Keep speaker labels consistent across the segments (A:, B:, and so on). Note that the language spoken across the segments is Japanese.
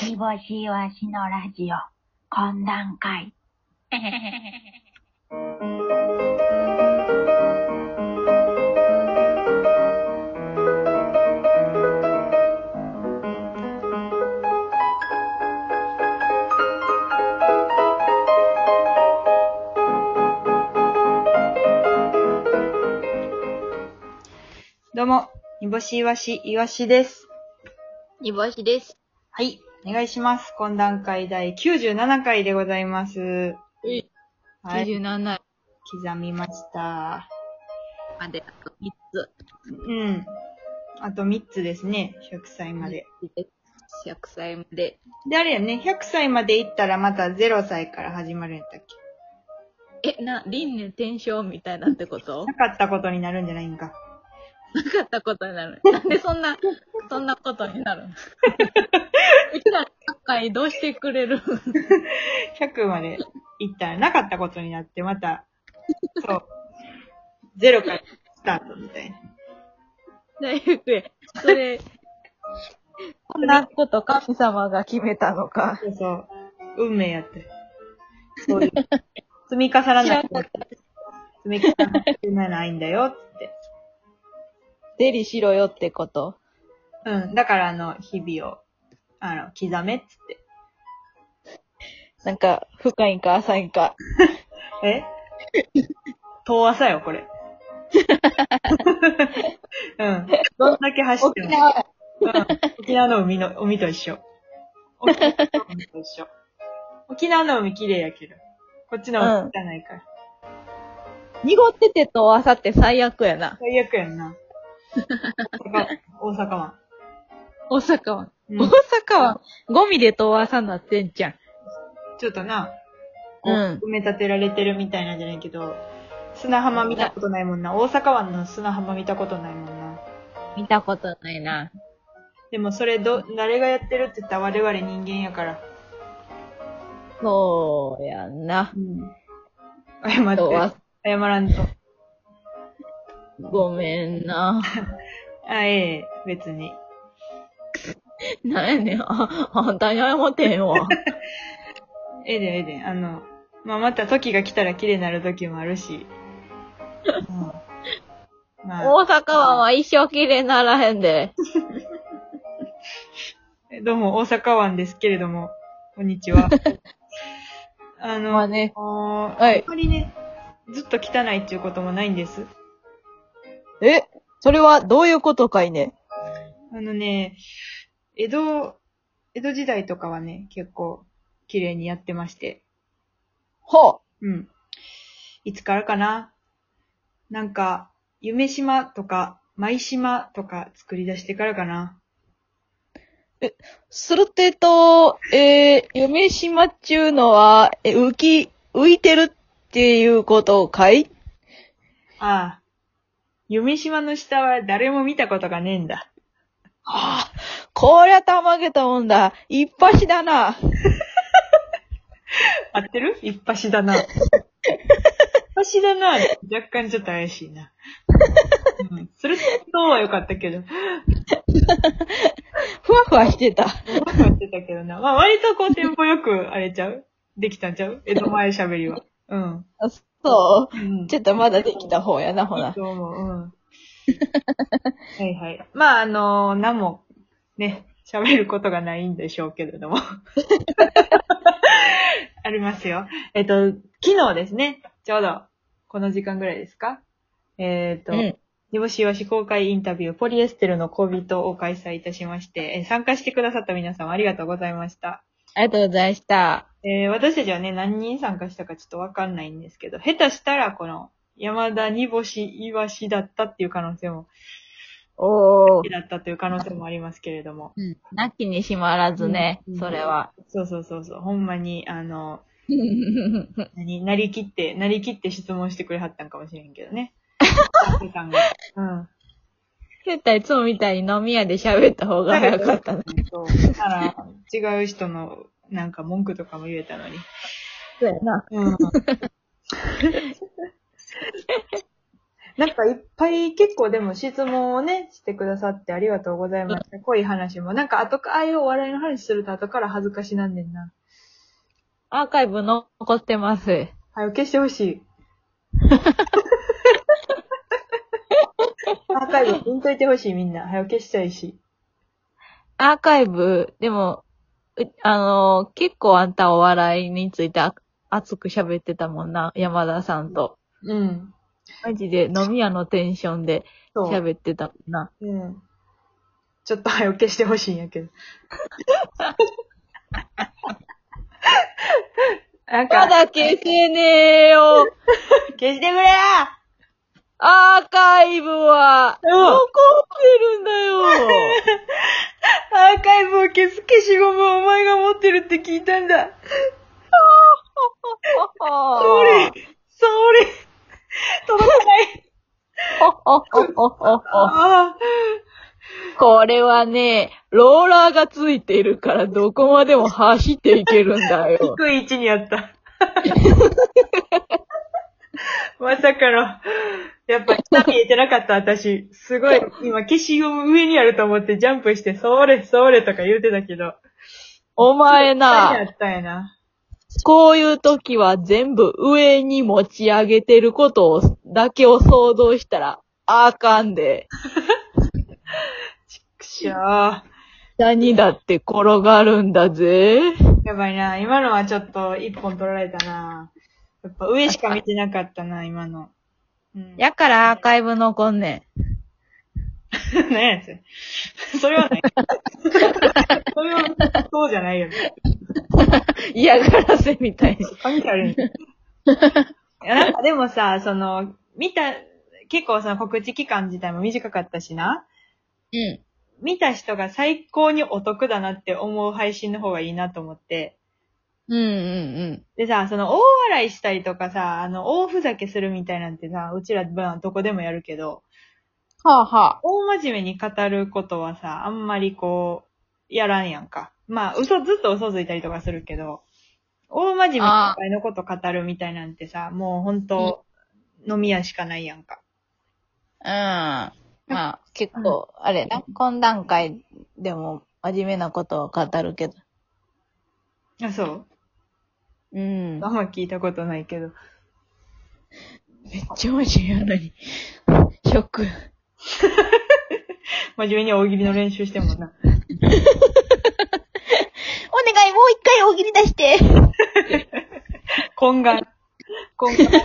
A: しぼしわしのラジオ、懇談会。
B: どうも、煮干しいわし、いわしです。
C: 煮干しです。
B: はい、お願いします。懇談会第97回でございます。
C: い
B: はい、
C: 97
B: 刻みました。
C: まであと3つ。
B: うん。あと3つですね、100歳まで。。
C: 100歳まで。
B: で、あれやね、100歳まで行ったらまた0歳から始まるんやったっけ
C: え、な、輪廻転生みたいなってこと
B: なかったことになるんじゃないんか。
C: なかったことになる。なんでそんな、そんなことになるのうちらの会どうしてくれる
B: 100まで行ったらなかったことになって、また、そう、0からスタートみたいな。
C: 大学へ。それ、こんなこと神様が決めたのか。
B: そうそう。運命やって。そう いう。積み重ならないと。積み重ならないんだよ、つって。
C: デリしろよってこと。
B: うん。だから、あの、日々を、あの、刻め、つって。
C: なんか、深いんか浅いんか。
B: え遠浅よ、これ。 うん。どんだけ走っても。
C: 縄。
B: うん沖縄の海の、海と一緒。沖縄の海と一緒。沖縄の海綺麗やけど。こっちの海汚いから。
C: 濁っててと浅って最悪やな。
B: 最悪やんな。大阪、大阪湾。
C: 大阪は。
B: うん
C: 大阪はゴミで遠浅になってんじゃん。
B: ちょっとな、こう
C: うん
B: 埋め立てられてるみたいなんじゃないけど、砂浜見たことないもんな。大阪湾の砂浜見たことないもんな。
C: 見たことないな。
B: でもそれど、誰がやってるって言ったら我々人間やから。
C: そうやんな。
B: 謝
C: 遠
B: っ
C: 浅
B: て。謝らんと。
C: ごめんな。
B: あ、ええ、別に。
C: なんやねん。あ、あんたに謝ってへん わ。
B: ええでんええでん。あの、まあ、また時が来たら綺麗になる時もあるし。うん まあ、
C: 大阪湾は一生綺麗にならへんで。
B: どうも大阪湾ですけれども、こんにちは。あの、
C: まあね。
B: あ
C: はい
B: あんまりね、ずっと汚いっていうこともないんです。
C: え、それはどういうことかいね。
B: あのね、江戸、江戸時代とかはね、結構綺麗にやってまして。
C: ほ
B: うん。いつからかななんか、夢島とか、舞島とか作り出してからかな。
C: う。するってと、えー、夢島っちゅうのは、え浮き、浮いてるっていうことかい
B: ああ。夢島の下は誰も見たことがねえんだ。
C: ああ、こりゃたまげたもんだ。一発だな。
B: 合ってる一発だな。一発だな。若干ちょっと怪しいな。うん、それとは良かったけど。
C: ふわふわしてた。
B: 僕も言ってたけどな。まあ割とこうテンポよくあれちゃうできたんちゃう江戸前喋りは。うん。
C: あそ
B: うん
C: う。ちょっとまだできた方やな、ほ
B: いい
C: な。
B: と思う。うん。はいはい。まああの何もね、喋ることがないんでしょうけれども。 ありますよ。えっと、昨日ですね、ちょうどこの時間ぐらいですかえっ、と、
C: うん。
B: 煮干しいわし公開インタビュー、ポリエステルの恋人を開催いたしまして、えー参加してくださった皆様ありがとうございました。
C: ありがとうございました。
B: えー私たちはね、何人参加したかちょっとわかんないんですけど、下手したらこの、山田煮干し、イワシだったっていう可能性も、
C: おー。
B: だったという可能性もありますけれども。
C: うん。なきにしもあらずね、それは。
B: そうそうそうそう、ほんまに、あの、何、なりきって、なりきって質問してくれはったんかもしれんけどね。スタッフさんがうん。
C: 絶対いつもみたいに飲み屋で喋った方が早か ったな。
B: そう。だから、違う人の、なんか文句とかも言えたのに。
C: そうやな。
B: うん。なんかいっぱい結構でも質問をね、してくださってありがとうございました。濃い話も。なんか後か、ああいうお笑いの話すると後から恥ずかしなんねんな。
C: アーカイブ残ってます。
B: はい、消してほし い。アーカイブ、見といてほしいみんな。はよ消したいし。
C: アーカイブ、でも、うあの、結構あんたお笑いについてあ熱く喋ってたもんな、山田さんと。
B: うん。
C: マジで飲み屋のテンションで
B: そう。
C: 喋ってたもんな。
B: うん。ちょっとはよ消してほしいんやけど。なん
C: ま
B: か、
C: だ消せねえよ
B: 消してくれ
C: アーカイブは
B: うん
C: 残ってるんだよ
B: アーカイブを消す消しゴムをお前が持ってるって聞いたんだ。それ、それ、届かない。ああ、
C: これはね、ローラーがついてるからどこまでも走っていけるんだよ。
B: 低い位置にあった。 まさかの、やっぱ下見えてなかった私。すごい、今消しゴム上にあると思ってジャンプして、それ、それとか言うてたけど。
C: お
B: 下
C: 前
B: にあ
C: な、
B: ったんやな。
C: こういう時は全部上に持ち上げてることを、だけを想像したら、あかんで。
B: くしょー。
C: 下にだって転がるんだぜ。
B: やばいな。今のはちょっと一本取られたな。やっぱ上しか見てなかったな、今の。うん、
C: やからアーカイブ残んね
B: 何やそれ。それはない。それは、そうじゃないよね。
C: ん。嫌がらせみたいに。
B: 関係あるんやいやなんかでもさ、その、見た、結構その告知期間自体も短かったしな。
C: うん。
B: 見た人が最高にお得だなって思う配信の方がいいなと思って。
C: うんうん
B: でさ、その大笑いしたりとかさ、あの、大ふざけするみたいなんてさ、うちらまあどこでもやるけど、
C: うん。はあはあ。
B: 大真面目に語ることはさ、あんまりこう、やらんやんか。まあ、嘘、ずっと嘘ついたりとかするけど、大真面目に
C: あ
B: お前のこと語るみたいなんてさ、もうほんと、飲み屋しかないやんか。
C: うん。まあ、結構、あれな、懇談会でも真面目なことを語るけど。
B: あ、そう
C: うん。
B: あんま聞いたことないけど。
C: めっちゃ真面目やのに。ショック。
B: 真面目に大喜利の練習してんもんな。
C: お願い、もう一回大喜利出して。
B: 懇願。懇願。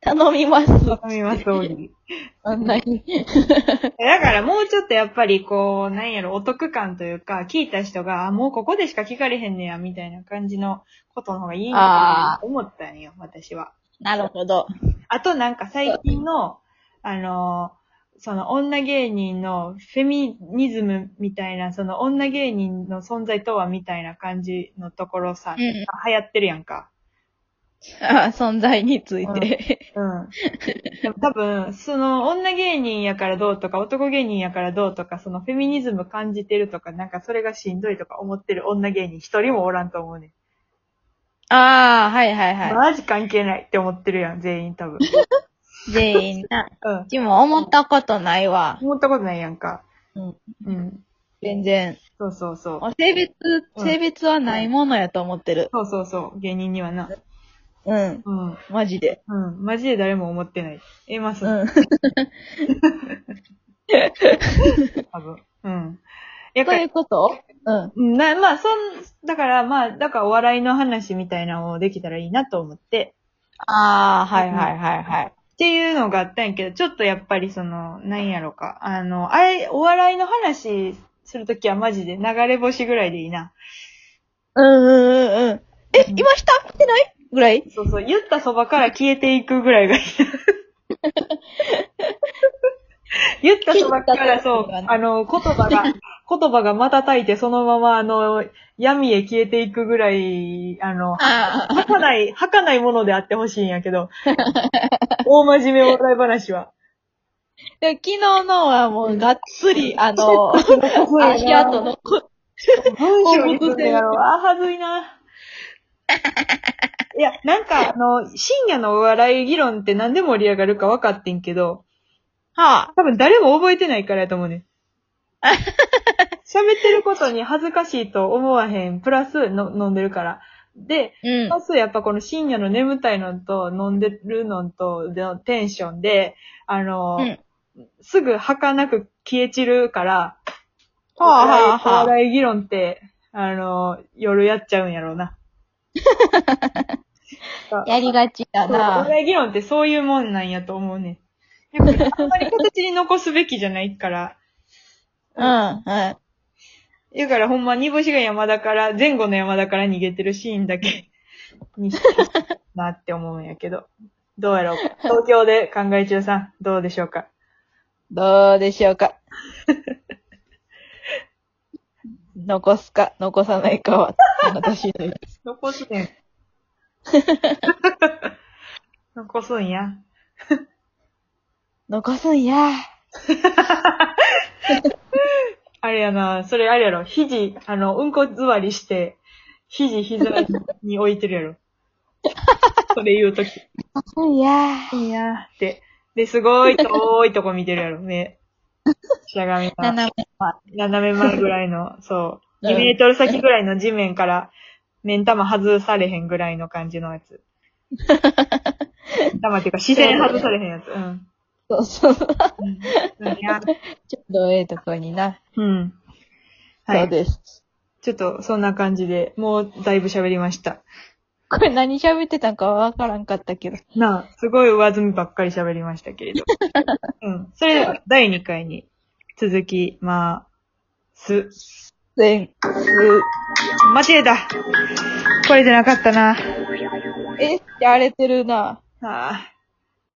C: 頼みます。
B: 頼みます、大喜利。
C: あんなに。
B: だからもうちょっとやっぱりこう、なんやろ、お得感というか、聞いた人が、あ、もうここでしか聞かれへんねや、みたいな感じのことの方がいいのかなと思ったんよ、私は。
C: なるほど。
B: あとなんか最近の、あの、その女芸人のフェミニズムみたいな、その女芸人の存在とはみたいな感じのところさ、
C: うんうん
B: 流行ってるやんか。
C: あ存在について。
B: うん。でも多分、その女芸人やからどうとか、男芸人やからどうとか、そのフェミニズム感じてるとか、なんかそれがしんどいとか思ってる女芸人一人もおらんと思うねん。
C: ああ、はいはいは
B: マジ関係ないって思ってるやん、全員多分。
C: い。全員な。
B: うん
C: う。ちも思ったことないわ。
B: 思ったことないやんか。
C: うん。
B: うん。
C: 全然。
B: そうそうそう。
C: 性別、
B: うん
C: 性別はないものやと思ってる。
B: そうそうそう、芸人にはな。
C: うん。
B: うん。
C: マジで。
B: うん。マジで誰も思ってない。えま
C: う
B: す、
C: ん。
B: 多分。うん。や
C: と
B: か
C: い
B: ら
C: うこと うん。
B: うんな、まあ、そん、だから、まあ、だからお笑いの話みたいなのをできたらいいなと思って。
C: ああ、はいはいはいはい。
B: っていうのがあったんやけど、ちょっとやっぱりその、なんやろか。あの、あれ、お笑いの話するときはマジで流れ星ぐらいでいいな。
C: うんうんうんうん。え、
B: うん
C: いました来てないぐらい
B: そうそう、言ったそばから消えていくぐらいがいい な。言ったそばからそう、あの、言葉が、言葉が瞬いてそのままあの、闇へ消えていくぐらい、あの、
C: ああ。
B: 吐かない、吐かないものであってほしいんやけど。大真面目お笑い話は。
C: でも昨日のはもうがっつり、あの、 足跡のこ、
B: 文章にするやろ。あ、はずいな。いや、なんか、あの、深夜のお笑い議論って何で盛り上がるか分かってんけど、
C: はあ。
B: 多分誰も覚えてないからやと思うねん。喋ってることに恥ずかしいと思わへん。プラスの、飲んでるから。で、
C: うん。
B: まずやっぱこの深夜の眠たいのと飲んでるのとのテンションで、あの、
C: うん
B: すぐ儚く消え散るから、
C: はあはあはあ
B: お笑い議論って、あの、夜やっちゃうんやろうな。
C: やりがちだ
B: お
C: な。
B: 笑い議論ってそういうもんなんやと思うね。やっぱりあんまり形に残すべきじゃないから。
C: うん、うん。
B: だからほんま煮干しが山田から、前後の山田から逃げてるシーンだけにしてなって思うんやけど。どうやろうか。東京で考え中さん、どうでしょうか。
C: どうでしょうか。 残すか、残さないかは、私の意見
B: 残すねん。残すんや。
C: 残すんや。
B: あれやな、それあれやろ。肘、あの、うんこ座りして、肘膝に置いてるやろ。それ言うとき。
C: 残すんや。
B: いやーって。で、すごい遠いとこ見てるやろ、目。しゃがみが。
C: 斜め。
B: 斜め前ぐらい の、そう。
C: うん
B: 2メートル先ぐらいの地面から、目ん玉外されへんぐらいの感じのや つ。目ん玉っていうか、視線外されへんやつ。うん。
C: そうそう。ちょ
B: うんうんいや。
C: うどええとこにな。
B: うん。は
C: そう
B: い。
C: です。
B: ちょっと、そんな感じで、もうだいぶ喋りました。
C: これ何喋ってたんかわからんかったけど。
B: なあ、すごい上積みばっかり喋りましたけ れど。うん。それでは、第2回に続きます。
C: せん、す、
B: 間違えたこれじゃなかったな。
C: え、やれてるな。
B: ああ。